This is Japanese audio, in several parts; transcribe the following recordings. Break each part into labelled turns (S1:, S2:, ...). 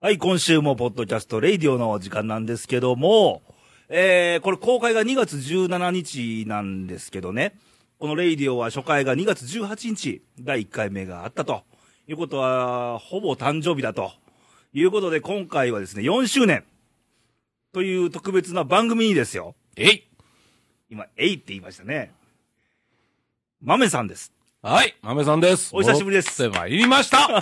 S1: はい、今週も、ポッドキャスト、レイディオの時間なんですけども、えー、これ公開が2月17日なんですけどね、このレイディオは初回が2月18日、第1回目があったと。いうことは、ほぼ誕生日だと。いうことで、今回はですね、4周年。という特別な番組にですよ。
S2: えい
S1: 今、えいって言いましたね。豆さんです。
S2: はい、豆さんです。
S1: お久しぶりです
S2: 戻ってまいり ました。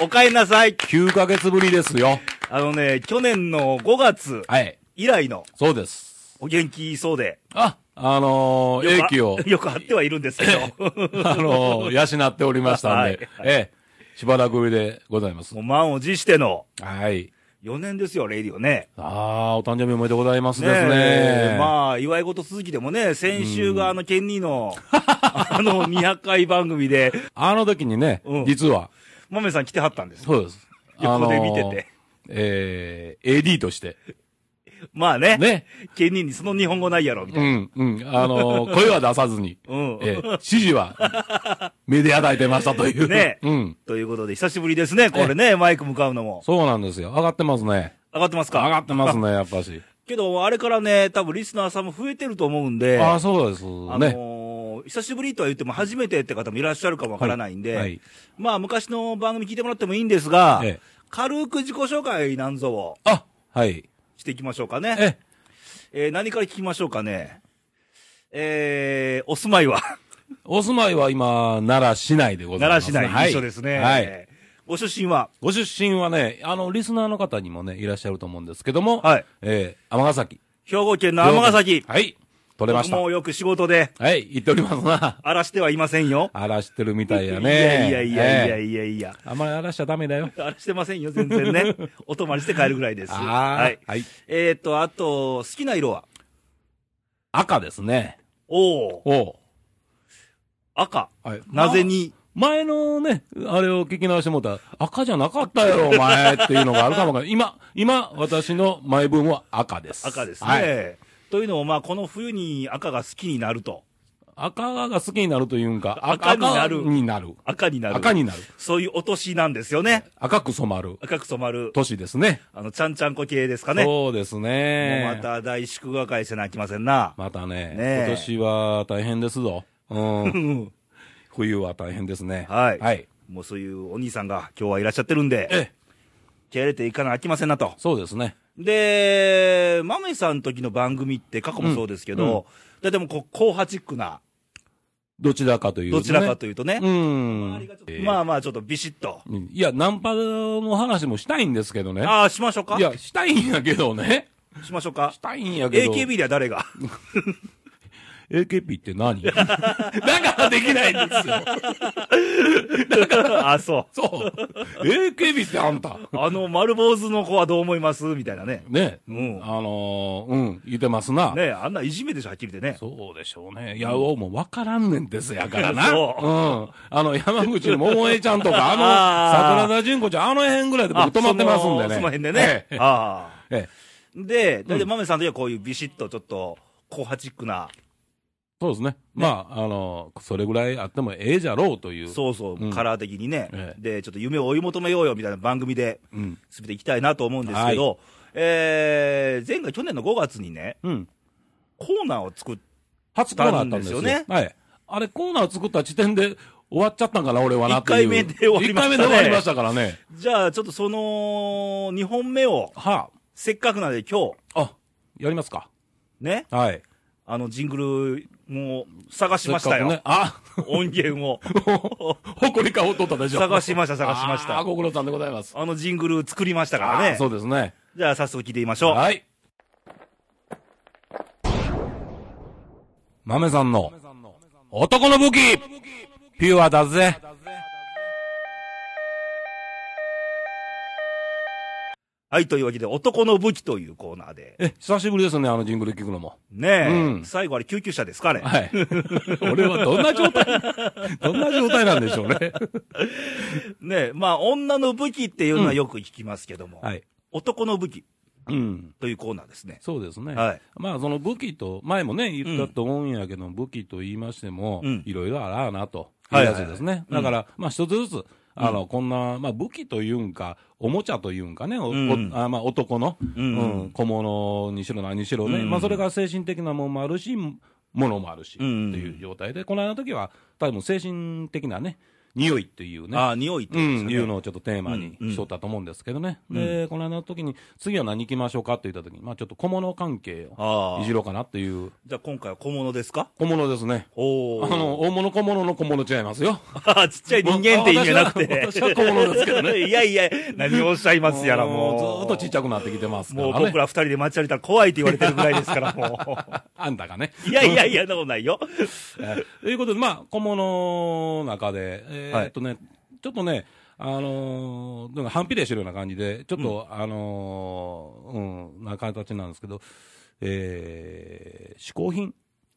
S1: お帰りなさい。
S2: 9ヶ月ぶりですよ。
S1: あのね、去年の5月
S2: はい、
S1: 以来の
S2: そうです。
S1: お元気そうで。、
S2: あ、あのー、英気を
S1: よくあってはいるんですけど。
S2: あのー、養っておりましたんで、
S1: はい
S2: ええ、しばらくぶりでございます
S1: も。う満を持しての
S2: はい。
S1: 4年ですよ、レイディオね。
S2: ああ、お誕生日おめでとうございますですね。
S1: えまあ、祝い事続きでもね、先週があの、ケンニーの、 あの、200回番組で、
S2: あの時にね、
S1: うん
S2: 実は、
S1: マメさん来てはったんです。
S2: そうです。あ
S1: 横
S2: の
S1: で
S2: ー
S1: 見てて。
S2: ええ AD として。
S1: まあね、
S2: ね。
S1: ケンニーにその日本語ないやろ、みた
S2: う
S1: い
S2: ん、うん。あのー声は出さずに、
S1: な。うん。
S2: ええ指示は、目で与えてましたという。
S1: ね
S2: うん。
S1: ということで、久しぶりですね、これね、マイク向かうのも。
S2: そうなんですよ。上がってますね。
S1: 上がってますか
S2: 上がってま すね、やっぱし。
S1: けど、あれからね、多分リスナーさんも増えてると思うんで、
S2: ああ、そうです
S1: あの
S2: ね。
S1: ー久しぶりとは言っても初めてって方もいらっしゃるかもわからないんで、
S2: はい。
S1: まあ昔の番組聞いてもらってもいいんですが、
S2: ええ
S1: 軽く自己紹介なんぞを
S2: あ、はい。
S1: していきましょうかね。
S2: え、
S1: えー何から聞きましょうかね。えー、お住まいは
S2: お住まいは今、奈良市内でございま
S1: 奈
S2: す
S1: 良市
S2: ね。
S1: 内、
S2: はい
S1: 一緒ですね。
S2: はい。
S1: えーご出身は
S2: ご出身はね、あの、リスナーの方にもね、いらっしゃると思うんですけども、
S1: はい。
S2: えー、尼崎。
S1: 兵庫県の尼崎。
S2: はい。取れまし
S1: 僕
S2: た。
S1: もよく仕事で。
S2: はい、行っておりますな
S1: 荒らしてはいませんよ。
S2: 荒らしてるみたいや
S1: いや
S2: ね。
S1: いやいやいや
S2: え
S1: いやいや。
S2: ーあんまり荒らしちゃダメだよ。
S1: あれしてませんよ、全然ね。 お泊まりして帰るぐらいです。
S2: あー
S1: はい。
S2: はい。
S1: えっ、と、あと、好きな色は
S2: 赤ですね。
S1: おお
S2: おう
S1: 赤。
S2: はい
S1: なぜに
S2: 前のね、あれを聞き直してもらったら、赤じゃなかったやろ、お前っていうのがあるかもわかんない。今、今、私のマイブームは赤です。
S1: 赤ですね。
S2: はい。
S1: というのも、まあ、この冬に赤が好きになると。
S2: 赤が好きになるというんか、
S1: 赤になる
S2: 赤になる。
S1: 赤になる。
S2: 赤になる。
S1: そういうお年なんですよね。
S2: 赤く染まる
S1: 赤く染まる。
S2: 年ですね。
S1: あの、ちゃんちゃんこ系ですかね。もう
S2: そうですね。
S1: ま。た大祝賀会せなきませんな。
S2: またね
S1: ねえ
S2: 今年は大変ですぞ。うん。
S1: うん
S2: 冬は大変ですね。
S1: はい
S2: はい。
S1: もうそういうお兄さんが今日はいらっしゃってるんで、
S2: ええ、
S1: 気合入れていかなあきませんなと。
S2: そうですね。
S1: で、マメさんの時の番組って過去もそうですけど、だいたいもうこう、後派チックな、
S2: どちらかというと
S1: ど
S2: ね
S1: ちらかというとね、
S2: うん。ええ
S1: まあまあちょっとビシッと。
S2: いや、ナンパの話もしたいんですけどね。
S1: ああ、しましょうか
S2: いや、したいんやけどね。
S1: しましょうか
S2: したいんやけど。
S1: ?AKB では誰が
S2: AKB って何だからできないんですよ。
S1: ああ、そ
S2: そう。AKB ってあんた。
S1: う。あの、丸坊主の子はどう思いますみたいなね。
S2: ね。
S1: うん
S2: あのー、うん、言ってますな。
S1: ねえあんないじめでしょ、はっきり言ってね。
S2: そうでしょうね。いや、おうもう分からんねんですやからな。
S1: そ
S2: うん。あの、山口百恵ちゃんとか、あの、
S1: あー
S2: 桜田純子ちゃん、あの辺ぐらいで僕止まってますん
S1: その
S2: でね。
S1: その辺でね。
S2: ええ
S1: ああ。
S2: ええ
S1: で、だいたいマメさんの時はこういうビシッとちょっと、後派チックな、
S2: そうですね。まあ、あの、それぐらいあってもええじゃろうという。
S1: そうそう、
S2: うん
S1: カラー的にね、
S2: ええ
S1: で、ちょっと夢を追い求めようよみたいな番組で、
S2: う。うん。
S1: 進めていきたいなと思うんですけど、えー前回、去年の5月にね、
S2: うん。
S1: コーナーを作っ
S2: 初コーナーだったんですよ。
S1: たんですよね
S2: はい。あれ、コーナー作った時点で終わっちゃったんかな、俺はなって
S1: 一回
S2: いう。
S1: 目で終わりましたね
S2: 一回目で終わりましたからね。
S1: じゃあ、ちょっとその2本目を、
S2: は
S1: せっかくなんで、今日
S2: あ。あ、やりますか。
S1: ね、
S2: はい。
S1: あのジングルも探しましたよ、
S2: せっか
S1: 音源 を
S2: くね。あ、ほこりかおっとったでしょ。
S1: 探しました、探しまし
S2: あー
S1: た、
S2: ご苦労さんでございます。
S1: あのジングル作りましたか
S2: あ
S1: ら
S2: ー
S1: ね、
S2: そうですね。
S1: じゃあ、早速聞いてみましょう。
S2: はい。豆さんの男の武器ピュアだぜ。
S1: はい、というわけで、男の武器というコーナーで、
S2: え、久しぶりですね、あのジングル聞くのも。
S1: ねえ、
S2: うん
S1: 最後あれ、救急車ですか、あれ。
S2: はい。俺はどんな状態、どんな状態なんでしょうね。
S1: ねえ、まあ、女の武器っていうのはよく聞きますけども、
S2: はい。
S1: 男の武器
S2: うん。
S1: というコーナーですね。
S2: そうですね。
S1: はい
S2: まあ、その武器と、前もね、言ったと思うんやけど、武器と言いましても
S1: うん、
S2: いろいろあらあなと。いうやつで
S1: はい
S2: すね。
S1: はいはいうん
S2: だから、まあ一つずつ、あの、こんな、まあ武器というんか、おもちゃというんかね、お
S1: うん
S2: おあまあ男の、うんん小物にしろ何にしろね、
S1: うん
S2: まあそれが精神的なものもあるし、ものもあるし、
S1: うん
S2: っていう状態で、この間の時は、多分精神的なね、匂いっていうね、
S1: ああ、匂いって
S2: う
S1: ことです
S2: ん、
S1: ね。
S2: いうのをちょっとテーマに
S1: うんうん
S2: しとったと思うんですけどね。で、この間の時に、次は何行きましょうかって言った時に、まあちょっと小物関係
S1: あ
S2: を
S1: あ
S2: いじろうかなっていう、
S1: じゃあ今回は小物ですか
S2: 小物ですね。
S1: お
S2: あの、
S1: お。
S2: 大物小物の小物違いますよ。
S1: ああ、ちっちゃい人間って意味じゃなくて。
S2: 私は私は小物ですけどね。
S1: いやいや、何をおっしゃいますやら、もう。
S2: ずーっとちっちゃくなってきてますか
S1: もう
S2: ら
S1: 僕
S2: ね。
S1: ら二人で街歩いたら怖いって言われてるぐらいですから、も
S2: あんたがね。
S1: う。いやいやいや、そんなことないよ。
S2: えーということで、まあ、小物の中で、えーっとね、ちょっとね、あのー、なんか反比例してるような感じで、ちょっと、あのー、うん、な形なんですけど、えー、嗜好品。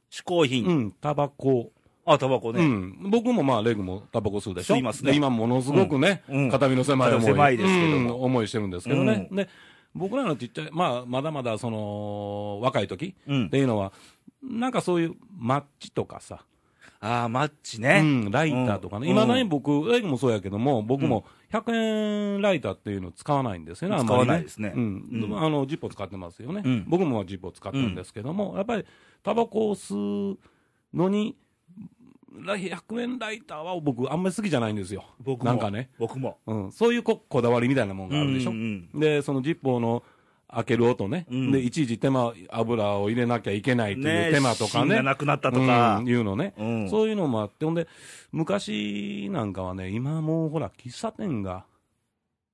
S1: 嗜好品。
S2: うん、タバコ。
S1: あ、タバコ
S2: う
S1: ね。
S2: ん。僕もまあ、レグもタバコ吸うでしょ。
S1: 吸いますね
S2: で今、ものすごくね、
S1: うんうん
S2: 肩身の狭い思い。
S1: 肩身狭いですけど
S2: うん思いしてるんですけどね。
S1: う
S2: で、僕らのちっちゃい、まあ、まだまだ、その、若い時
S1: うん
S2: っていうのは、なんかそういうマッチとかさ、
S1: ああ、マッチ
S2: う
S1: ね。
S2: ん、ライターとかね。
S1: うん
S2: 今ね、僕、レグもそうやけども、僕も100円ライターっていうの使わないんですよね、あんまり、
S1: 使わないですね
S2: うん。
S1: うん
S2: あの、ジッポー使ってますよね。
S1: うん
S2: 僕もジッポー使ってるんですけども、やっぱり、タバコを吸うのに、ラ100円ライターは僕、あんまり好きじゃないんですよ。
S1: 僕も。
S2: なんかね。。
S1: 僕も。
S2: うん、そういうここだわりみたいなもんがあるでしょ。
S1: うんうん
S2: で、そのジッポーの開ける音ね、
S1: うん
S2: で、いちいち手間、油を入れなきゃいけないとい
S1: ね
S2: う手間とか
S1: 芯が
S2: ね。
S1: なくなったとか
S2: うん。いうのね、
S1: うん
S2: そういうのもあって、ほんで、昔なんかはね、今もうほら、喫茶店が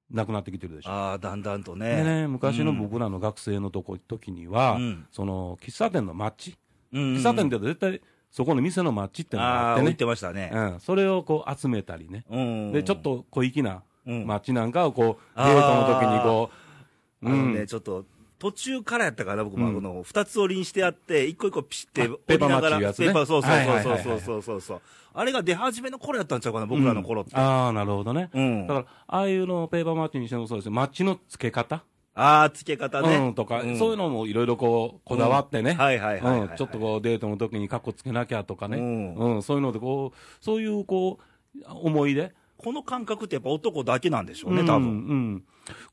S2: なくなってきてるでしょ。
S1: ああ、だんだんと
S2: で
S1: ね。
S2: ね、昔の僕らの学生のとこ、時には、
S1: うん
S2: その、喫茶店のマッチ。
S1: 喫
S2: 喫茶店って絶対、そこの店のマッチってのがあ
S1: ああ、
S2: って
S1: 置い
S2: ね
S1: て。ましたね。
S2: うん、それをこう集めたりね。
S1: うん。
S2: で、ちょっと小粋な
S1: うん
S2: 街なんかをこう、デ
S1: あー
S2: ートの時にこう、
S1: あ
S2: う
S1: の
S2: ん
S1: ね、ちょっと、途中からやったから、僕も、
S2: うん
S1: この、二つ折りにしてあって、一個一個ピシって
S2: あ
S1: 折
S2: ペ
S1: り
S2: ーパーマ
S1: な
S2: ッ
S1: が
S2: チ
S1: ら、
S2: いうやつね
S1: ペーパーそう
S2: はいはいはい
S1: そう
S2: はい
S1: そうそうそうそうそう。あれが出始めの頃やったんちゃうかな、僕らの頃って。
S2: ああ、なるほどね。
S1: うん
S2: だから、ああいうのをペーパーマッチにしてもそうですよ。マッチの付け方、
S1: ああ、付け方ね。
S2: うん、とか、そういう
S1: の
S2: のもいろいろこう、こだわってね。
S1: うんはいはいはいはいはい
S2: うんちょっとこう、デートの時にカッコつけなきゃとかね。
S1: うん
S2: うん、そういうのでこう、そういうこう、思い出。
S1: この感覚ってやっぱ男だけなんでしょうね、多
S2: う
S1: 分。
S2: んうん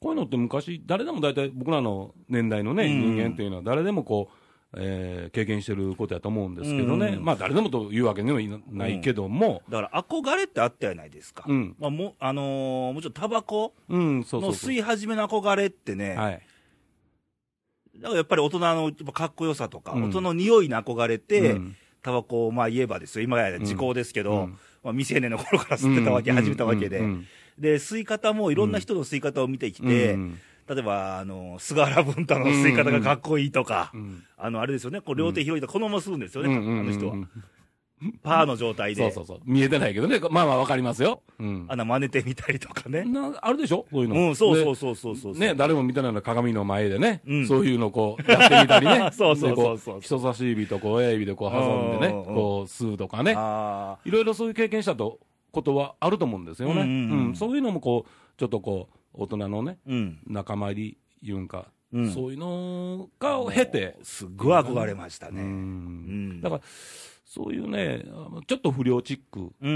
S2: こういうのって昔、誰でも大体、僕らの年代のね、
S1: うん
S2: 人間っていうのは、誰でもこう、えー経験してることやと思うんですけどね、
S1: うん
S2: まあ、誰でもというわけにはいなないけども、
S1: だから憧れってあったやないですか。
S2: うん
S1: まあ、もう、あのーもちろんタバコ
S2: うん、そうそ
S1: の
S2: うそう
S1: 吸。い始めの憧れってね、
S2: はい、
S1: だからやっぱり大人のやっぱかっこよさとか、
S2: うん
S1: 大人の匂いに憧れて、
S2: うん
S1: タバコをまあ言えばですよ、今や時効ですけど、
S2: うん
S1: まあ、未成年の頃から吸ってたわけ、
S2: うん
S1: 始めたわけで、
S2: うんうん
S1: で吸い方もいろんな人の吸い方を見てきて、
S2: うん
S1: 例えばあの菅原文太の吸い方がかっこいいとか、
S2: うん
S1: あのあれですよね、こう両手広いとこのまま吸うんですよね、
S2: うんうん
S1: あの人は
S2: うん、
S1: パーの状態
S2: そ
S1: で、
S2: うそうそう、見えてないけどね、まあまあわかりますよ、うん
S1: あんな真似てみたりとかね、
S2: なあるでしょ、そういう
S1: う
S2: の、
S1: ん、そうそうそうそうそうそう、
S2: ね、誰も見てないような鏡の前でね、
S1: うん。
S2: そういうのこう、やってみたりね
S1: そうそう
S2: でこ
S1: そうそう
S2: 人差し指とこう、親指でこう挟んでね、
S1: うんうんうん
S2: こう、吸うとかね。
S1: あ
S2: いろいろそういう経験したと、ことはあると思うんですよね。
S1: う
S2: うんん
S1: うんうん
S2: そういうのもこう、ちょっとこう、大人のね、
S1: ーうん、
S2: 仲間入りいうんか、
S1: うん
S2: そういうのがを経て、
S1: すっごい憧れました
S2: う
S1: ね。うん
S2: ん
S1: ん
S2: だから、そういうね、あのちょっと不良チック
S1: うん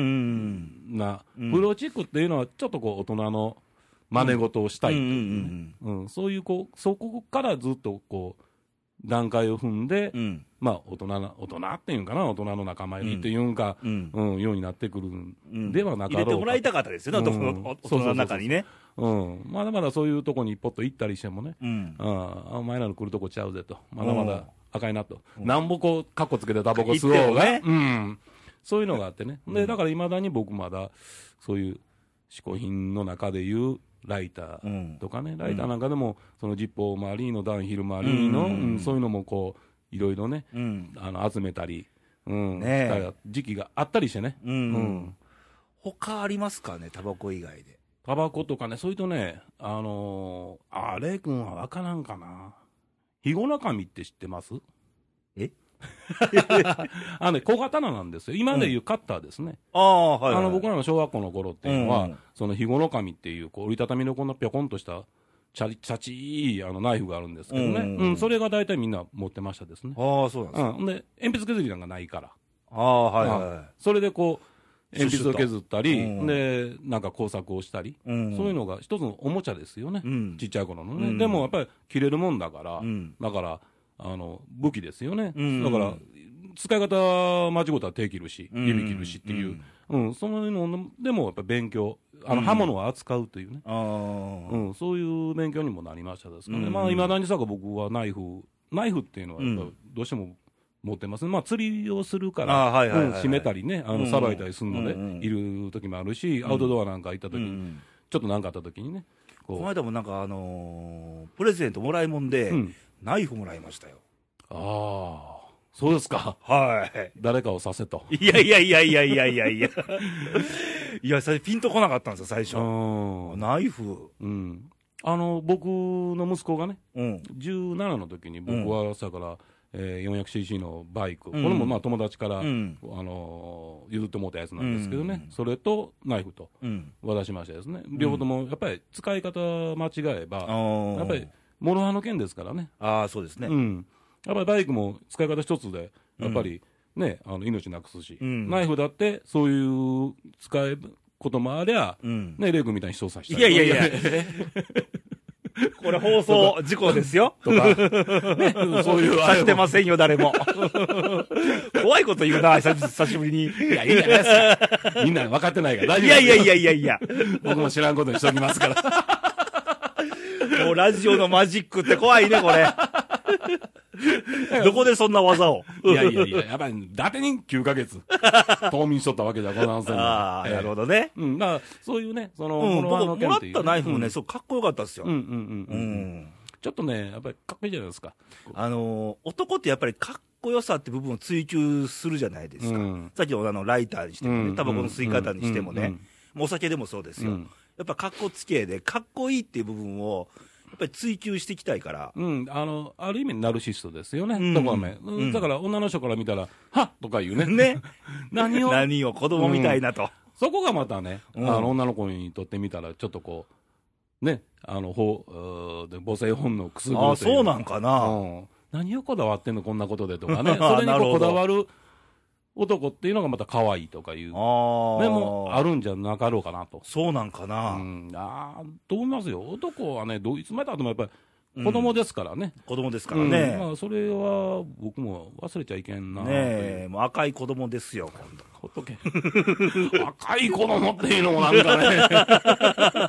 S1: うん
S2: な、
S1: うん
S2: 不良チックっていうのは、ちょっとこう、大人の真似事をした
S1: うん
S2: い
S1: うん
S2: と
S1: う
S2: いうんねうん、そういうこう、そこからずっとこう、段階を踏んで、
S1: うんうん
S2: まあ、大人な、大人っていうんかな、大人の仲間入りっていうんか、
S1: う
S2: うんん、ようになってくる
S1: うん
S2: んではなか
S1: 入れ
S2: ろうか
S1: て
S2: と
S1: もらいたかったですよね、
S2: うん
S1: 男の大人の中にね。
S2: うん、まだまだそういうとこにポッと行ったりしてもね、
S1: うん
S2: ああ、お前らの来るとこちゃうぜと、まだま
S1: うん
S2: だ赤いなと、なんぼこう、かっこつけてタバコ吸
S1: 言って
S2: お
S1: も
S2: うが、
S1: ね
S2: うん、そういうのがあってね、でだからいまだに僕、まだそういう嗜好品の中でいうライタ
S1: う
S2: ー
S1: ん
S2: とかね、ライターなんかでも、そのジッポーマリーのダンヒルマリーの、
S1: う
S2: うん
S1: うんうん
S2: んそういうのもこう、いろいろね、
S1: うん
S2: あの集めたり、うん、
S1: ねえ
S2: した時期があったりしてね。
S1: う
S2: うん
S1: ん他ありますかね、タバコ以外で。
S2: タバコとかね、そういうとね、あのー、あれ君はわからんかな。ヒゴナカミって知ってます
S1: え
S2: あのね、小刀なんですよ。今でいうカッターですね。
S1: ああ、は
S2: あの、僕らの小学校の頃っていうのは、
S1: うん
S2: そのヒゴナカミっていう、こう、折りたたみのこんなぴょこんとした、チャリ、チャチー、あの、ナイフがあるんですけどね。
S1: う
S2: うんん、それが大体みんな持ってましたですね。
S1: ああ、そうなんです
S2: う
S1: か。
S2: ん。で、鉛筆削りなんかないから。
S1: ああ、はいは
S2: それでこう、鉛筆を削ったり、
S1: うん
S2: で、なんか工作をしたり、
S1: うん
S2: そういうのが一つのおもちゃですよね。
S1: うん
S2: ちっちゃい頃の
S1: う
S2: ね。
S1: ん
S2: でもやっぱり切れるもんだから、
S1: うん
S2: だから、あの、武器ですよね。
S1: うん
S2: だから、使い方間違ったら手切るし、
S1: うん
S2: 指切るしっていう、うん、そののでもやっぱ勉強、あの刃物を扱うというね、
S1: あー
S2: うん、そういう勉強にもなりましたですかね、
S1: うん
S2: まあ、いまだにさか僕はナイフ、ナイフっていうのは、やっぱどうしても持ってますね、まあ、釣りをするから、
S1: あーはいはいはい
S2: うん締めたりね、あ
S1: うん
S2: のさばいたりするので、
S1: うん
S2: いる時もあるし、アウトドアなんか行った時
S1: う
S2: に、
S1: ん
S2: ちょっとなんかあった時にね、
S1: この
S2: こ
S1: 間もなんか、あのープレゼントもらいもんで、
S2: う、うん、
S1: ナイフもらいましたよ。
S2: ああ、そうですか、
S1: は
S2: 誰かをさせと。
S1: い。いやいやいやいやいやいやいや。いや、それピンとこなかったんですよ、最初。
S2: う
S1: ナイフ。
S2: ん、あの僕の息子がね、
S1: うん。
S2: 17の時に僕は朝から、えー 400cc のバイク、
S1: うん
S2: これもまあ友達から、
S1: うん
S2: あのー譲ってもらったやつなんですけどね、
S1: うん
S2: それとナイフと
S1: うん。
S2: 渡しましたですね、両方ともやっぱり使い方間違
S1: あ
S2: えば、
S1: ー
S2: やっぱり諸刃の剣ですからね、
S1: あーそうですね。
S2: うん、やっぱりバイクも使い方一つで、やっぱりね、あの命なくすし、
S1: うん
S2: ナイフだってそういう使いこともありゃ、
S1: うん。
S2: ね、レイ君みたいに人を刺した
S1: い
S2: り
S1: やいやいや。 これ放送事故ですよ。
S2: とか、ね、そういうあ
S1: 刺
S2: れ
S1: して
S2: も
S1: ませんよ、誰 も。怖いこと言うな、久々久しぶりに。い
S2: いや、いいじゃないですか。みんな分かってないから、大丈夫。
S1: やいやいやいやいや。
S2: 僕も知らんことにしときますから。
S1: もうラジオのマジックって怖いね、これ。どこでそんな技を。
S2: いやいやいや、やっぱり、伊達に9 ヶ月、冬眠しとったわけじゃございませんので
S1: ああ、
S2: ええ
S1: なるほどね。
S2: うん、だから、そういうね、その、
S1: うん、
S2: 物々の
S1: 僕、も
S2: 件
S1: ら
S2: っ
S1: って
S2: いう
S1: たナイフもね、
S2: うん
S1: そう、かっこよかったですよ。
S2: うんうん
S1: う。
S2: うんんうん。ちょっとね、やっぱり、かっこいいじゃないですか。
S1: あのー男ってやっぱりかっこよさって部分を追求するじゃないですか。
S2: うん
S1: さっきのあのライターにして
S2: う
S1: も
S2: ん
S1: ね、タバコの吸い方にしてもね、
S2: うんうん
S1: もうお酒でもそうですよ。
S2: うん
S1: やっぱかっこつけで、かっこいいっていう部分を、やっぱり追求していきたいから。
S2: うん、あの、ある意味、ナルシストですよね。
S1: ん
S2: ところめ
S1: う
S2: だから、女の人から見たら、はっとか言う ね。
S1: ね。
S2: 何を、
S1: 何を子供みたいなと。
S2: そこがまたね、
S1: うん
S2: あの女の子にとってみたら、ちょっとこう、ね、あの、ほううーで母性本能くすぐる
S1: ああ、
S2: とい
S1: そうなんかな。、
S2: うん何をこだわってんの、こんなことでとか ねそれに
S1: なるほ
S2: こうこ
S1: ど
S2: だわる男っていうのがまた可愛いとかいう、
S1: あ
S2: ね、
S1: あ。
S2: もあるんじゃなかろうかなと。
S1: そうなんかな。
S2: うん、ああ、と思いますよ、男はね、どういつまでたってもやっぱり子供ですからね。
S1: 子供ですか
S2: う
S1: ら
S2: ん
S1: ね。
S2: まあ、それは僕も忘れちゃいけんなと
S1: ね
S2: いう
S1: え、もう赤い子供ですよ、今度。
S2: ほっとけ 赤い子供っていうのもなん かねな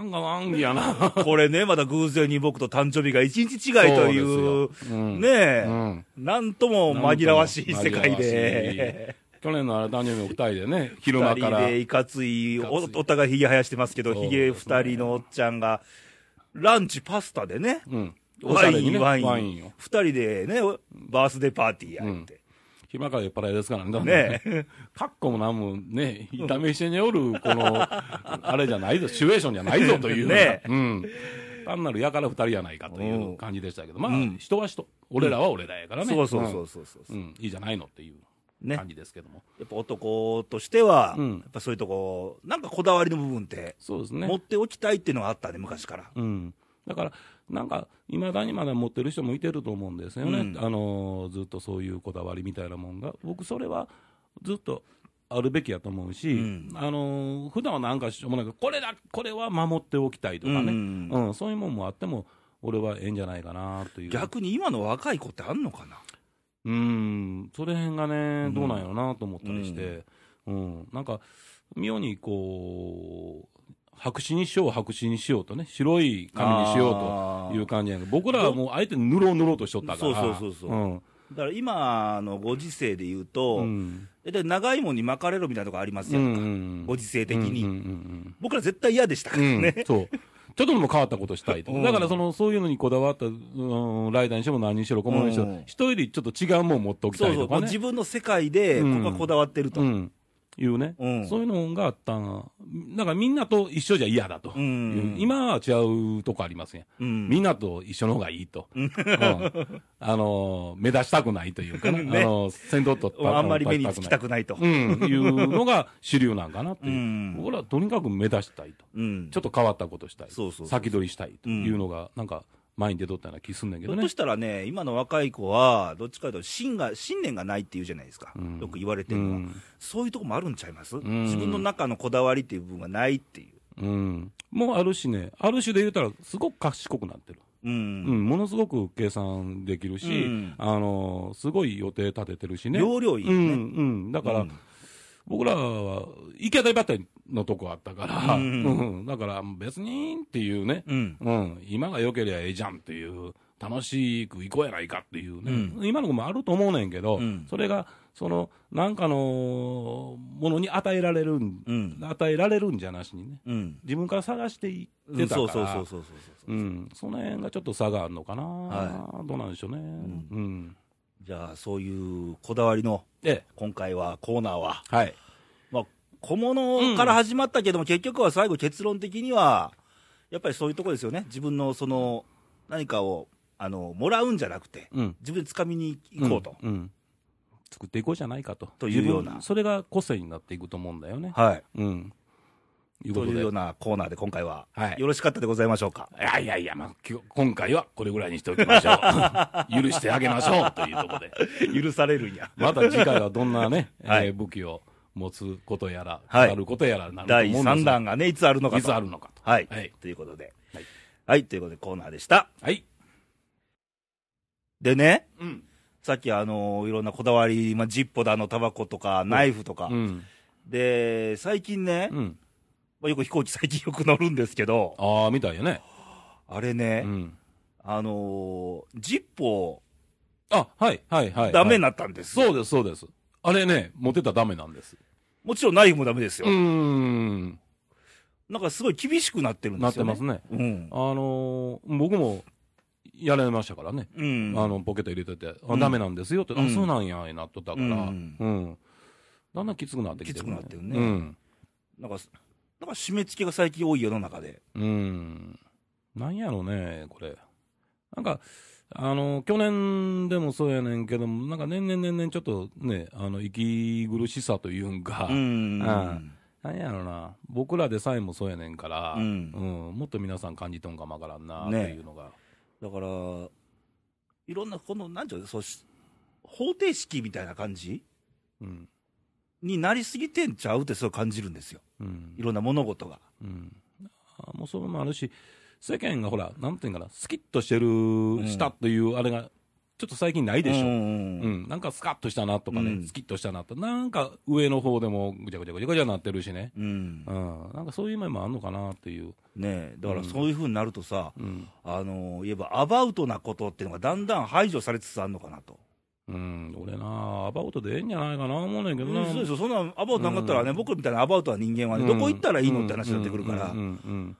S2: んか難儀やな
S1: これね、まだ偶然に僕と誕生日が一日違いという、
S2: そうですようん
S1: ねえ、
S2: うん
S1: なんとも紛らわしい世界で、
S2: 紛らわしい去年のあれ誕生日の2人でね昼
S1: 二
S2: 間か
S1: 人
S2: ら
S1: でいかつい、お
S2: いかつい
S1: お互いひげ生やしてますけど、
S2: そう
S1: ひ
S2: です
S1: げ
S2: ね
S1: 二人のおっちゃんが、ランチパスタでね、
S2: うん、おし
S1: ワ
S2: ゃれ
S1: イ
S2: に
S1: ン、
S2: ね
S1: ワイ
S2: ワイン
S1: ン
S2: を、
S1: 二人でね、バースデーパーティーやって。
S2: 暇から酔っ払いですからね
S1: ね
S2: カッコもなんもね痛めしてによるこのあれじゃないぞシチュエーションじゃないぞという
S1: ね
S2: うん、単なるやから2人やないかという感じでしたけどまあ、
S1: うん
S2: 人は人俺らは俺らやからね、
S1: そうそうそうそうそう。
S2: うん、うんいいじゃないのっていう
S1: ね
S2: 感じですけども、
S1: やっぱ男としては、
S2: うん
S1: やっぱそういうとこ、なんかこだわりの部分って、
S2: そうです
S1: 持っ
S2: ね、
S1: ておきたいっていうのがあったね、昔から。
S2: うん、だから、なんか、いまだにまだ持ってる人もいてると思うんですよね、
S1: うん
S2: あのーずっとそういうこだわりみたいなもんが、僕、それはずっとあるべきやと思うし、
S1: うん
S2: あのー普段はなんかしょうもないけど、これだ、これは守っておきたいとかね、
S1: う
S2: うんんそういうもんもあっても、俺はええんじゃないかなという。
S1: 逆に今の若い子ってあんのかな
S2: うん、それへんがね、
S1: ん
S2: どうなんやろなと思ったりして、うん、なんか、妙にこう、白紙にしよう、白紙にしようとね、白い紙にしよ
S1: あ
S2: う
S1: ー
S2: という感じやけど、僕らはもうあえて塗ろう塗ろうとしとったから、
S1: そうそうそうそうだから今のご時世で言うと、
S2: うん、うん、
S1: 大体長いもんに巻かれるみたいなとこあります
S2: う
S1: よ、
S2: んうん、
S1: ご時世的に、
S2: うんうん
S1: 僕ら絶対嫌でしたか
S2: う
S1: ら
S2: ん、うん
S1: ね、
S2: そう。ちょっとでも変わったことしたいと。
S1: うん
S2: だからその、そういうのにこだわった、うん、ライダーにしても何にしろ、小物にし
S1: う
S2: ろ
S1: ん、
S2: 人よりちょっと違うもん持っておき た
S1: そう
S2: い
S1: そう、
S2: と
S1: も
S2: か
S1: う
S2: ね。
S1: 自分の世界で、ここはこだわってると、
S2: うん、いうね、
S1: うん
S2: そういうのがあったんだからみんなと一緒じゃ嫌だという、
S1: うん
S2: 今は違うとこありますね、
S1: うん
S2: みんなと一緒の方がいいと、うんあのー目立ちたくないというかな、
S1: ね
S2: あのー先頭取っ
S1: うん
S2: た
S1: あんまり目につきた
S2: く
S1: くないと、
S2: ない、うん、いうのが主流なんかなっていう、
S1: うん
S2: 僕らはとにかく目立ちたいと、
S1: うん
S2: ちょっと変わったことしたい、
S1: そうそうそう
S2: 先取りしたいというのが、なんか前に出とったような気すんねんけ
S1: ひょ
S2: ど
S1: っ
S2: ね
S1: とし。たらね、今の若い子は、どっちかというと信が、信念がないっていうじゃないですか、
S2: うん
S1: よく言われてるのは、そういうとこもあるんちゃいます、
S2: ん
S1: 自分の中のこだわりっていう部分がないっていう、
S2: うん。もうあるしね、ある種で言うたら、すごく賢くなってる。
S1: う
S2: うんん、ものすごく計算できるし、
S1: うん
S2: あのすごい予定立ててるしね。
S1: 要領いいよ
S2: うん、
S1: ね、
S2: うん。だから、
S1: うん
S2: 僕らは、行き当たりばったりのとこあったから、
S1: う
S2: うんん、だから、別にっていうね、
S1: うん
S2: うん、今が良ければええじゃんっていう、楽しく行こうやないかっていうね、
S1: う
S2: 今の子もあると思うねんけど、
S1: うん
S2: それが、その、なんかのものに与えられるん、
S1: うん
S2: 与えられるんじゃなしにね、
S1: うん
S2: 自分から探していっ
S1: う
S2: て
S1: ん
S2: た
S1: そ
S2: か
S1: うそうそ
S2: ら
S1: う、そうそうそう、
S2: うん、その辺がちょっと差があるのかな、
S1: は
S2: どうなんでしょうね。うん
S1: じゃあ、そういうこだわりの
S2: え
S1: 今回はコーナーは、
S2: え、はい。
S1: まあ、小物から始まったけども、結局は最後、結論的には、やっぱりそういうとこですよね、自分のその何かをあのもらうんじゃなくて、
S2: うん
S1: 自分で掴みに行こうと。
S2: んん作っていこうじゃないかと。
S1: というような
S2: 自分それが個性になっていくと思うんだよね。
S1: はい
S2: うん。いう
S1: と
S2: こと
S1: いう
S2: で
S1: よう。なコーナーで今回は、
S2: はい
S1: よろしかったでございましょうか。
S2: いやいやいや、まあ、きょ今回はこれぐらいにしておきましょう。 許してあげましょうというところで。
S1: 許されるんや。
S2: また次回はどんなね、
S1: はい
S2: えー武器を持つことやら、
S1: はい
S2: 語ることやらなると思うん
S1: 第
S2: です
S1: 3弾がね、いつあるのかと。
S2: いつあるのかと。
S1: はい、
S2: はい
S1: ということで。は
S2: はいい。
S1: ということでコーナーでした。
S2: はい。
S1: でね、
S2: うん。
S1: さっきあのーいろんなこだわり、まあ、ジッポだの、タバコとか、ナイフとか。
S2: うん。
S1: で、最近ね、
S2: うん。
S1: まあ、よく飛行機最近よく乗るんですけど、
S2: ああ、みたいよね。
S1: あれね、
S2: うん。
S1: あのージッポ、
S2: あ、はい、はい、はい。
S1: ダメに
S2: な
S1: なったんですよ、
S2: そうです、そうです。あれね、持てたらダメなんです。
S1: もちろんナイフもダメです
S2: う
S1: よ。
S2: ーん。
S1: なんかすごい厳しくなってるんで
S2: なっ
S1: す
S2: て
S1: よ、ね。
S2: ますね。
S1: うん
S2: あ。のー僕も、やられましたからね。
S1: うん。
S2: あの、ポケット入れてて、
S1: う
S2: あ、
S1: ん
S2: ダメなんですよって、
S1: うん
S2: あ、そうなんや、なっとったから、
S1: う
S2: うんん。だんだんきつくなってきて
S1: きつ
S2: る、
S1: くなってるね
S2: うん。
S1: なんか、なんか締め付けが最近多い世の中で。
S2: うん。なんやろうね、これ。なんか、あの、去年でもそうやねんけども、なんか年々年々ちょっとね、あの、息苦しさというんか、
S1: うん。
S2: うんなんやろな、僕らでさえもそうやねんから、
S1: う
S2: うんん、もっと皆さん感じとんかもわからんな、って
S1: ね
S2: いうのが。
S1: だから、いろんな、この、なんていうの、そうし方程式みたいな感じ
S2: うん。
S1: になりすぎてんちゃうってそう感じるんですよ。
S2: うん
S1: い。ろんな物事が。
S2: うん、あもうそれもあるし、世間がほら、なんていうんかな、スキッとしてる、
S1: ん
S2: したというあれが、ちょっと最近ないでしょ。
S1: う
S2: うん
S1: んうん
S2: なんかスカッとしたなとかね、
S1: うん
S2: スキッとしたなと、なんか上の方でもぐちゃぐちゃぐちゃぐちゃなってるしね、
S1: うん
S2: う。ん、なんかそういう面もあんのかなっていう、
S1: ねえだからそういうふうになるとさ、
S2: うん、
S1: あの、いえばアバウトなことっていうのがだんだん排除されつつあるのかなと。
S2: うん、俺な、アバウトでええんじゃないかな、思うねんけ
S1: う
S2: ど
S1: ん
S2: な、
S1: そうですよ。そんなアバウトなかったらね、
S2: うん
S1: 僕みたいなアバウトな人間はね、
S2: うん
S1: どこ行ったらいいのって話になってくるから、
S2: うんうんうんうん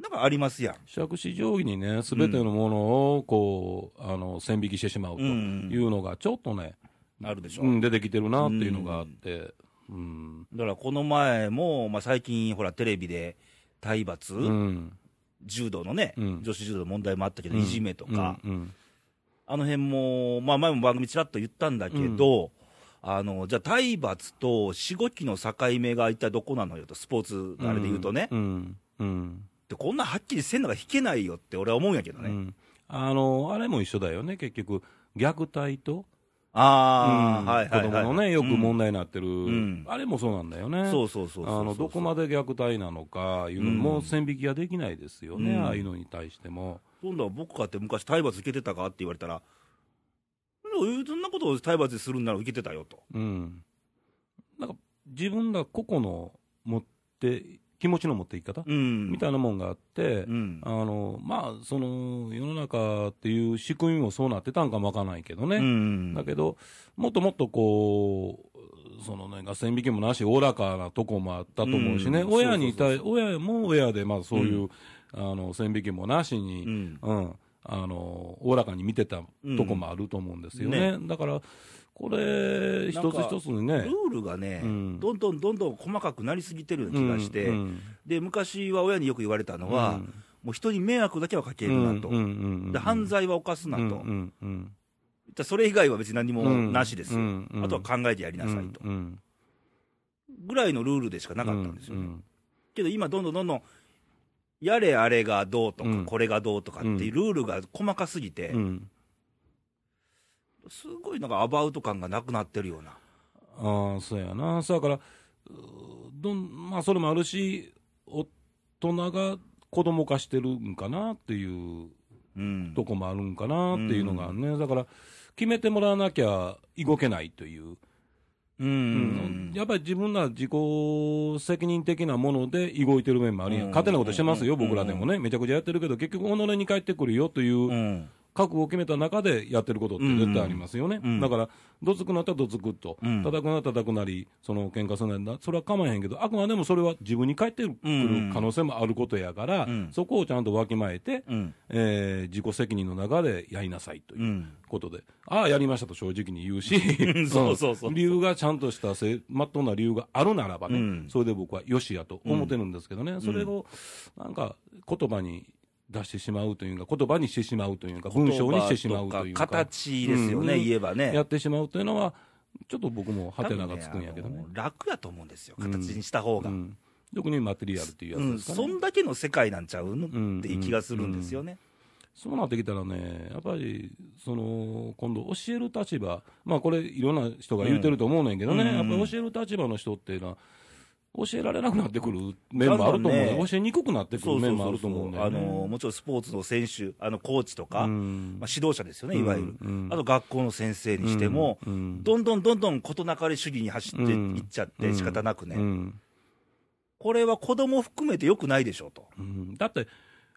S1: なんかありますやん。
S2: 杓子定規にね、すべてのものをこう、あの線引きしてしまうというのが、ちょっとね、
S1: あるでしょ。
S2: うん、出てきてるなっていうのがあって、うん、
S1: だからこの前も、まあ、最近、ほら、テレビで体罰、
S2: うん、
S1: 柔道のね、
S2: うん
S1: 女子柔道の問題もあったけど、
S2: うん
S1: いじめとか、
S2: うん、
S1: あの辺も、まあ、前も番組ちらっと言ったんだけど、あのじゃあ、体罰と死後期の境目が一体どこなのよと、スポーツのあれで言うとね、
S2: うん、うん、
S1: でこんなはっきりせんのが引けないよって、俺は思うんやけど
S2: う
S1: ね。
S2: ん、あのあれも一緒だよね、結局、虐待と、
S1: ああ、
S2: うん
S1: はいはいはい、
S2: 子供のね、よく問題になってる、
S1: ん
S2: あれもそうなんだよ
S1: うん
S2: ね。
S1: そうそうそうそうそう
S2: あのどこまで虐待なのかいうのも線引きができないですよね、
S1: うん
S2: ああいうのに対しても。
S1: 今度は僕かって昔、体罰受けてたかって言われたら、そんなことを体罰するんなら受けてたよと。
S2: うん、なんか自分が個々の持って気持ちの持っていき方、
S1: うん、
S2: みたいなもんがあって、
S1: うん
S2: あのまあその世の中っていう仕組みもそうなってたんかもわからないけどね、
S1: うん
S2: だけどもっともっとこうそのね合戦引きもなしおおらかなとこもあったと思うしね、
S1: うん
S2: 親に対
S1: そ
S2: 親も親でまあそういう、あの線引きもなしに、
S1: うん
S2: うん、あのおおらかに見てたとこもあると思うんですよね,、だからこれ一つ一つにね
S1: ルールがね、
S2: うん
S1: どんどんどんどん細かくなりすぎてるような気がして、
S2: うんうん
S1: で昔は親によく言われたのは、
S2: うん
S1: もう人に迷惑だけはかけるなと、
S2: うんうんうんうん
S1: で犯罪は犯すなと、
S2: うんうんうん
S1: じゃあそれ以外は別に何も
S2: うん
S1: なしですよ、
S2: うんうん
S1: あとは考えてやりなさいと、
S2: うんうん
S1: ぐらいのルールでしかなかったんですよね、
S2: うん
S1: けど今、どんどんどんどんやれあれがどうとか、
S2: うん
S1: これがどうとかっていうルールが細かすぎて、
S2: うん。
S1: すごいなんかアバウト感がなくなってるような。
S2: ああ、そうやな。そうやから、うーどん、まあ、それもあるし、大人が子供化してるんかなっていう
S1: うん。
S2: とこもあるんかなっていうのがね、だから、決めてもらわなきゃ動けないという、
S1: うん
S2: うんやっぱり自分ら自己責任的なもので動いてる面もあるやん、
S1: うん
S2: 勝手なことしてますよ、
S1: うん。
S2: 僕らでもね、めちゃくちゃやってるけど、結局、己に返ってくるよといううん覚悟を決めた中でやってることって絶対ありますよね、
S1: うんうん
S2: だから、どつくなったらどつくっと、
S1: うん
S2: 叩くなったら叩くなり、その喧嘩するなり、それは構えへんけど、あくまでもそれは自分に返ってくる可能性もあることやから、
S1: うん
S2: そこをちゃんとわきまえて、
S1: うん。
S2: えー自己責任の中でやりなさいという
S1: う。ん。
S2: ことで、ああ、やりましたと正直に言うし
S1: ん、 そうそうそう
S2: 理由がちゃんとしたせ、まっとうな理由があるならばね、
S1: うん
S2: それで僕はよしやと思ってるんですけどね、それをなんか言葉に出してしまうというか、言葉にしてしまうというか、文章にしてしまうという
S1: 言葉
S2: か、
S1: と形ですよね、
S2: うん
S1: 言えばね。
S2: やってしまうというのは、ちょっと僕もハテナがつくんやけど
S1: 多
S2: ね
S1: 分。あの楽やと思うんですよ、形にした方
S2: う
S1: が。うん
S2: ん、特にマテリアルっていうやつですかね。
S1: そんだけの世界なんちゃうの、
S2: ん
S1: っていう気がするんですよね。
S2: そうなってきたらね、やっぱり、その、今度教える立場、まあこれいろんな人が言うてると思うねんけどね、
S1: うん
S2: やっぱり教える立場の人っていうのは、教えられなくなってくる面もあ
S1: だ
S2: ると思う、
S1: んだんね
S2: 教えにくくなってく
S1: そ
S2: る
S1: うそう
S2: 面も
S1: そ
S2: あ
S1: う
S2: ると
S1: そう
S2: 思うんだ
S1: あ
S2: よね。
S1: のもちろんスポーツの選手、あのコーチとか、
S2: うん
S1: まあ、指導者ですよね、いわゆる、
S2: うん
S1: あと学校の先生にしても、
S2: うん
S1: どんどんどんどん事なかれ主義に走っていっちゃって、仕方なくね、
S2: うん
S1: これは子供含めてよくないでしょうと、
S2: うんだって、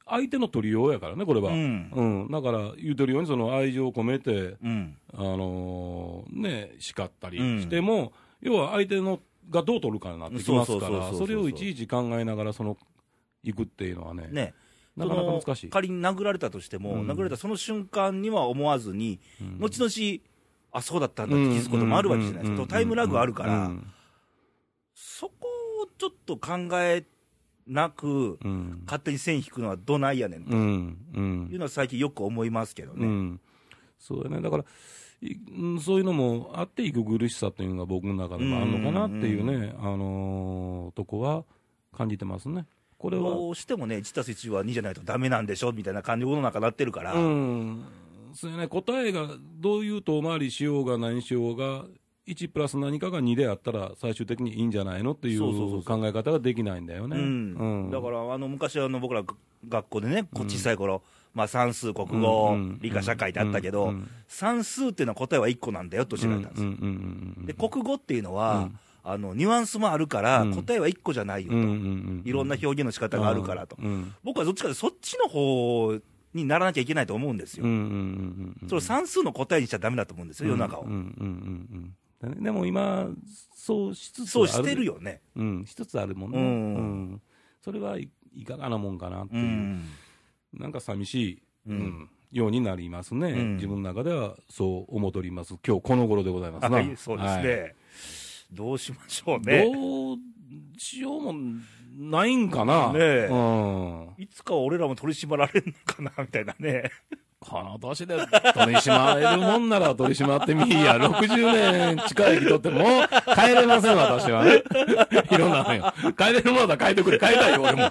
S2: 相手の取りようやからね、これは。
S1: うん
S2: うんだから、言うてるように、その愛情を込めて、
S1: うん、
S2: あのーね、叱ったりしても、要は相手のがどう取るかになってきますか
S1: そうそうそう
S2: ら、
S1: そう
S2: それをいちいち考えながら、その、行くっていうのはね、
S1: ね、
S2: なかなか難
S1: そ
S2: し
S1: の
S2: い。
S1: 仮に殴られたとしても、
S2: うん
S1: 殴られたその瞬間には思わずに、後々、あそうだったんだっ
S2: う
S1: て
S2: ん
S1: 気づくこともあるわけじゃないですか、
S2: うんうん
S1: タイムラグあるから、
S2: うん
S1: そこをちょっと考えなく、
S2: うん
S1: 勝手に線引くのはどないやねんと
S2: うんうん
S1: いうのは最近よく思いますけど
S2: う
S1: ね。
S2: ん、そうやね、だから、いうんそういうのもあっていく苦しさというのが僕の中でもあるのかなっていうね、あのーとこは感じてますね。これは
S1: どうしてもね、1たす1は2じゃないとダメなんでしょみたいな感じ、世の中なってるから、
S2: うん、そうやね、答えがどういう遠回りしようが何しようが、1プラス何かが2であったら、最終的にいいんじゃないのってい
S1: そうそうそう
S2: う考え方ができないんだよね。、
S1: うんだかららあの昔あの、僕らが学校でね、こう小さい頃、まあ算数、国語、
S2: うん
S1: 理科、社会ってあったけど、
S2: うんうん
S1: 算数っていうのは答えは1個なんだよと教えられたんですよ、
S2: うんうんうんうん
S1: で国語っていうのは、
S2: うん
S1: あのニュアンスもあるから、
S2: うん
S1: 答えは1個じゃないよと、
S2: うんうんうん
S1: いろんな表現の仕方があるからと、
S2: うん
S1: 僕はどっちかでそっちの方にならなきゃいけないと思うんですよ、
S2: うんうんうんうん
S1: それを算数の答えにしちゃだめだと思うんですよ、世の中を。
S2: うんうんうんうんでねでも今、そうしつつ
S1: そうしてる
S2: よ。
S1: よね。
S2: うん、しつつあるもんね。
S1: うん
S2: うんそれはいいかがなもんかなって
S1: う
S2: いう。
S1: ん
S2: なんか寂しい、
S1: う
S2: うんんようになりますね、
S1: うん
S2: 自分の中ではそう思っております、今日この頃でございますな
S1: あいいそうですね、
S2: はい
S1: どうしましょうね。
S2: どうしようもないんかな、
S1: ねえ
S2: うん、
S1: いつかは俺らも取り締まられるのかな、みたいなね。
S2: この年で取り締まれるもんなら取り締まってみい や、60年近い人ってもう帰れません、私はね。 いろんなのよ。帰れるものだ、帰ってくれ、帰りたいよ、俺も。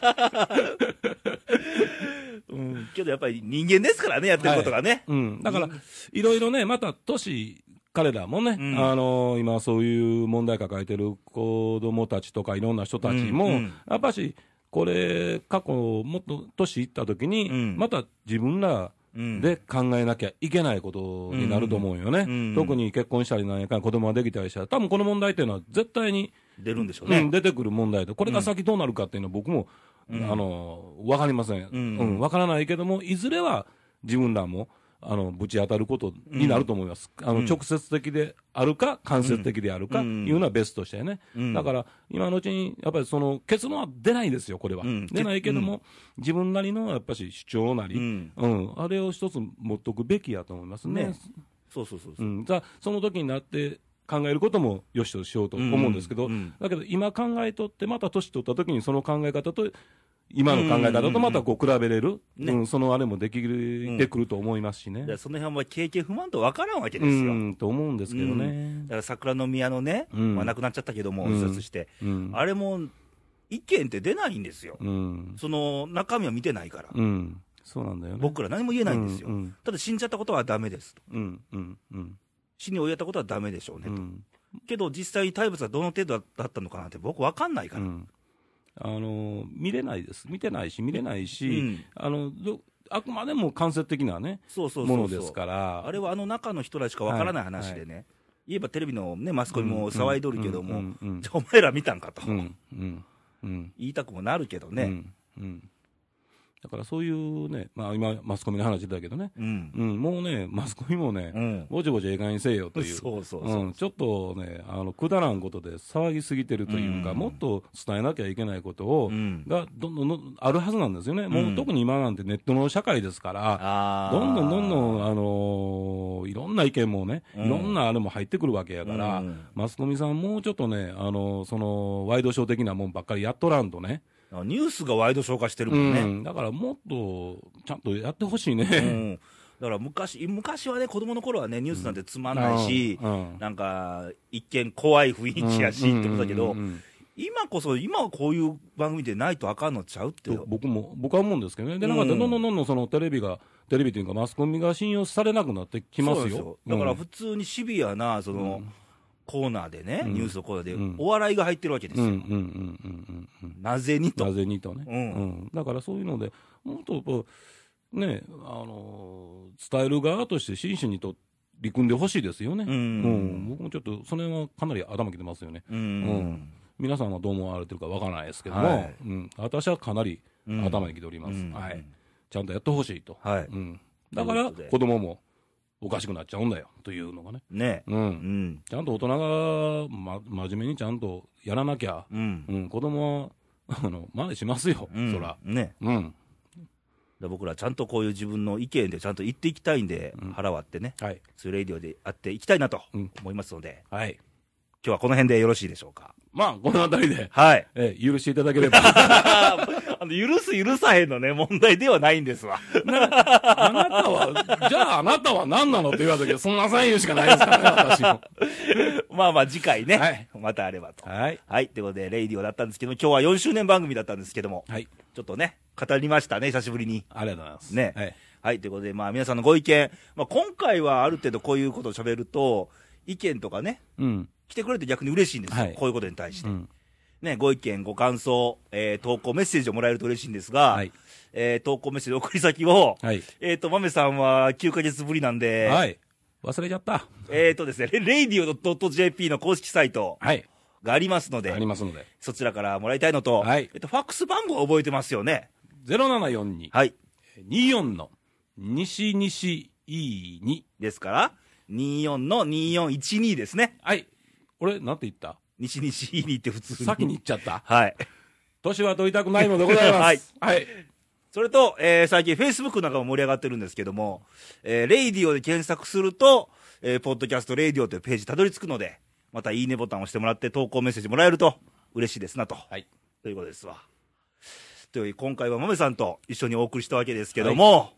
S1: うん。けどやっぱり人間ですからね、やってることがね。
S2: うん、だから、いろいろね、また都市、彼らもね、
S1: うん
S2: あの今、そういう問題抱えてる子供たちとか、いろんな人たちも、
S1: うんうん
S2: やっぱし、これ、過去、もっと年いった時に、
S1: うん
S2: また自分ら
S1: うん
S2: で考えなきゃいけないことになると思うよね、
S1: うんうん
S2: 特に結婚したりなんやかんや、子供ができたりしたら、多分この問題っていうのは、絶対に、
S1: 出るんでしょう
S2: うん
S1: ね。
S2: 出てくる問題で、これが先どうなるかっていうのは、僕も、あの分かりません、
S1: う
S2: うんん分からないけども、いずれは自分らもあのぶち当たることになると思います、あの直接的であるか、間接的であるか
S1: うん
S2: いうのはベストとしてね、
S1: うん
S2: だから今のうちに、やっぱりその結論は出ないですよ、これは。
S1: うん
S2: 出ないけども、自分なりのやっぱり主張なり、
S1: う
S2: うんんあれを一つ持っとくべきやと思いますね
S1: ねそうそうそうそうう。
S2: ん、だその時になって考えることもよしとしようと思うんですけど、
S1: うんうん
S2: だけど今考えとって、また年取った時にその考え方と、今の考え方とまたこう比べれる、うん
S1: ね
S2: そのあれもできてくると思いますしね。
S1: だからその辺は経験不満と分からんわけで
S2: う
S1: すよ。
S2: ん、と思うんですけど
S1: うん
S2: ね
S1: だ。から桜の宮のね、
S2: うん
S1: まあ亡くなっちゃったけども、
S2: うん
S1: 自殺して、
S2: うん
S1: あれも意見って出ないんですよ。
S2: うん。
S1: その中身は見てないから。
S2: うん。そうなんだよね。
S1: 僕ら何も言えないんですよ。
S2: うん。
S1: ただ死んじゃったことはダメですと。
S2: うん。うん。うん。
S1: 死に追いやったことはダメでしょうね
S2: う
S1: と。
S2: ん。
S1: けど実際に体罰がどの程度だったのかなんて僕わかんないか
S2: う
S1: ら。
S2: んあの見れないです、見てないし、見れないし、
S1: うん
S2: あのどあくまでも間接的な、ね、
S1: そうそうそうそう。
S2: ものですから、
S1: あれはあの中の人らしかわからない話でね、言えばテレビの、ね、マスコミも騒いどるけども、
S2: うんうんうん
S1: じゃあお前ら見たんかと、
S2: うんうんうん
S1: 言いたくもなるけど
S2: う
S1: ね、
S2: んうんだからそういうね、まあ、今、マスコミの話だけどね、
S1: うん、
S2: うん、もうね、マスコミもね、
S1: うん、
S2: ぼちぼちええ加減にせえよという。
S1: そうそうそう、
S2: うん、ちょっとね、あのくだらんことで騒ぎすぎてるというか、
S1: うん
S2: もっと伝えなきゃいけないことを、
S1: うん
S2: がどんどんどんどんあるはずなんですよね、もうんう特に今なんてネットの社会ですから、
S1: あー
S2: どんどんどんどん、あのーいろんな意見もね、
S1: うん
S2: いろんなあれも入ってくるわけやから、
S1: うん
S2: マスコミさん、もうちょっとね、あのーそのワイドショー的なもんばっかりやっとらんとね、
S1: ニュースがワイドショー化してる
S2: う
S1: もんね、
S2: ん、だからもっとちゃんとやってほしいね。
S1: うんだから昔昔はね、子供の頃はね、ニュースなんてつまんないし、
S2: うんうん
S1: なんか一見怖い雰囲気やしってことだけど、
S2: うんうんうんうん
S1: 今こそ、今はこういう番組でないとあかんのちゃうって、
S2: と僕も、僕は思うんですけどね、でなんか
S1: うん
S2: どんどんどんどんそのテレビが、テレビというか、マスコミが信用されなくなってきます
S1: そう
S2: よ。
S1: ですだから
S2: うん
S1: 普通にシビアなその、コーナーでね、
S2: うん
S1: ニュースのコーナーで、
S2: うん
S1: お笑いが入ってるわけです
S2: うん
S1: よ、
S2: うんうんうんうんうん、
S1: なぜにと、
S2: なぜにとね、
S1: うん
S2: うんだからそういうので、もっとこう、ねあのー伝える側として真摯にと取り組んでほしいですよね、
S1: うん
S2: うん僕もちょっと、その辺はかなり頭きてますよね、
S1: うん
S2: ん皆さんはどう思われてるかわからないですけども、
S1: はい
S2: うん、私はかなり
S1: うん
S2: 頭にきております、
S1: うん
S2: はい、ちゃんとやってほしいと、
S1: はい
S2: うん、だから
S1: ということで
S2: 子供もおかしくなっちゃうんだよというのがね、
S1: ね
S2: う、
S1: うんん、
S2: ちゃんと大人が、ま、真面目にちゃんとやらなきゃ、
S1: うん、
S2: うん、子供はあの真似しますよ、
S1: うん
S2: そら。
S1: ね、
S2: うん。
S1: だ僕らちゃんとこういう自分の意見でちゃんと言っていきたいんで、腹割ってね、
S2: はい。
S1: ツーレイディオであっていきたいなと
S2: うん
S1: 思いますので、
S2: はい。
S1: 今日はこの辺でよろしいでしょうか。
S2: まあ、このあたりで、
S1: はい。
S2: えー許していただ ければ。あ
S1: あの、許す許さへんのね、問題ではないんですわ。
S2: なたは、じゃああなたは何なのって言われたけど、そんなサイン言うしかないですからね、私も。
S1: まあまあ次回ね、
S2: はい
S1: またあればと。
S2: はい。
S1: はい、ということで、レイディオだったんですけども、今日は4周年番組だったんですけども、
S2: はい。
S1: ちょっとね、語りましたね、久しぶりに。
S2: ありがとうございます。
S1: ね。
S2: はい。
S1: ということで、まあ皆さんのご意見、まあ今回はある程度こういうことを喋ると、意見とかね、
S2: うん。
S1: 来てくれると逆に嬉しいんですよ。
S2: はい
S1: こういうことに対して。
S2: うん。
S1: ね、ご意見、ご感想、えー投稿、メッセージをもらえると嬉しいんですが、
S2: はい
S1: えー投稿メッセージ送り先を、
S2: はい。
S1: えっ、と、まめさんは9ヶ月ぶりなんで、
S2: はい。忘れちゃった。
S1: えっ、とですね、レイディオ .jp の公式サイト
S2: はい。
S1: がありますので、
S2: ありますので。
S1: そちらからもらいたいのと、
S2: はい
S1: えっと、ファックス番号覚えてますよね。
S2: 0742、
S1: はい。
S2: 24の西西 E2。
S1: ですから、24の2412ですね。
S2: はい。俺、なんて言った
S1: 西西にって普通に。
S2: 先に言っちゃった。
S1: はい。
S2: 年は取りたくないのでございます。はい。
S1: それと、えー最近 Facebook なんかも盛り上がってるんですけども、えーレイディオで検索すると、えーポッドキャストレイディオというページたどり着くので、またいいねボタンを押してもらって投稿メッセージもらえると嬉しいですなと。
S2: はい。
S1: ということですわ。という、今回は豆さんと一緒にお送りしたわけですけども、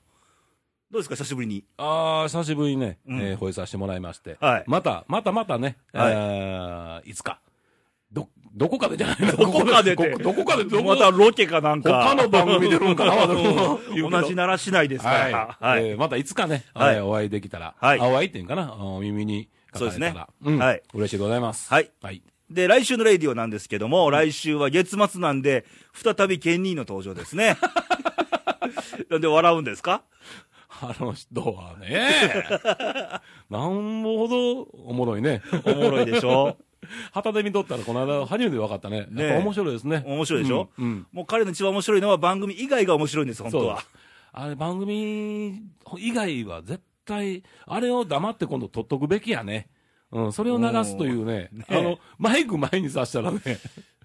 S1: どうですか、久しぶりに。
S2: ああ、久しぶりにね、
S1: うん
S2: えー、吠えさせてもらいまして。
S1: はい
S2: また、またまたね、
S1: はい
S2: あーいつか。ど、どこかでじゃないの
S1: どこかでって
S2: どこかで、どこ
S1: またロケかなんか。
S2: 他の番組出る んかな
S1: うん
S2: 同じ
S1: 同じ奈良市内ですか
S2: は。
S1: ら。 はいい。
S2: えーまたいつかね、
S1: はい
S2: えーお会いできたら、
S1: はい
S2: あお会いっていうんかな、お耳にかかれたら、
S1: そうですね
S2: うん、
S1: はい
S2: 嬉しいでございます。
S1: はい
S2: はい。
S1: で、来週のレイディオなんですけども、来週は月末なんで、再びケンニーの登場です ね。なんで笑うんですか
S2: あの人はね、 なんぼほどおもろいね。
S1: おもろいでしょ
S2: 旗で見とったらこの間初めて分かったね。
S1: ねえ
S2: やっぱ面白いですね。
S1: 面白いでしょ、
S2: うんうん
S1: もう彼の一番面白いのは番組以外が面白いんです、本当
S2: そう
S1: は。
S2: あれ番組以外は絶対、あれを黙って今度取っとくべきやね。うん、それを流すというね、
S1: え
S2: あの、マイク前にさし たらね、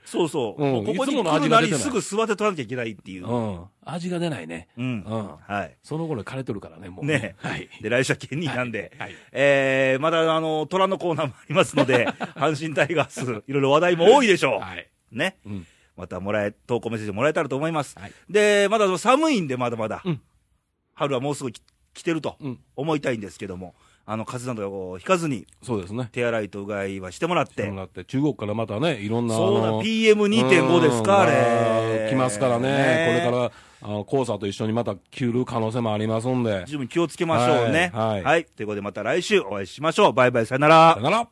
S1: そうそう。
S2: うん
S1: もうここ
S2: い
S1: に
S2: つもの
S1: 来る
S2: 味
S1: な
S2: が出て
S1: り
S2: ない
S1: すぐ座って取らなきゃいけないっていう。
S2: うん、味が出ないね。
S1: うん。
S2: うん。
S1: はい。
S2: その頃枯れとるからね、もう。
S1: ねえ
S2: はい。
S1: で、来週はケンニーなんで、
S2: はいはい
S1: えー、まだあの、虎のコーナーもありますの で、阪神タイガース、いろいろ話題も多いでしょう。
S2: はい。
S1: ね。
S2: うん。
S1: またもらえ、投稿メッセージもらえたらと思います。
S2: はい
S1: で、まだ寒いんで、まだまだ。
S2: うん
S1: 春はもうすぐき来てると
S2: うん
S1: 思いたいんですけども、あの、風邪などをひかずに、
S2: そうですね。
S1: 手洗いとうがいはしてもらっ
S2: して
S1: て
S2: も。らって、中国からまたね、いろんな。
S1: そう
S2: あ
S1: な、
S2: の
S1: PM2.5 ですか、あ
S2: う
S1: れ
S2: ん。来ますからね。
S1: ね
S2: これから、あの、黄砂と一緒にまた来る可能性もありますんで。
S1: 十分気をつけましょうね。
S2: はいはい
S1: はい。ということでまた来週お会いしましょう。バイバイ、さよな
S2: さ
S1: ら
S2: よ。なら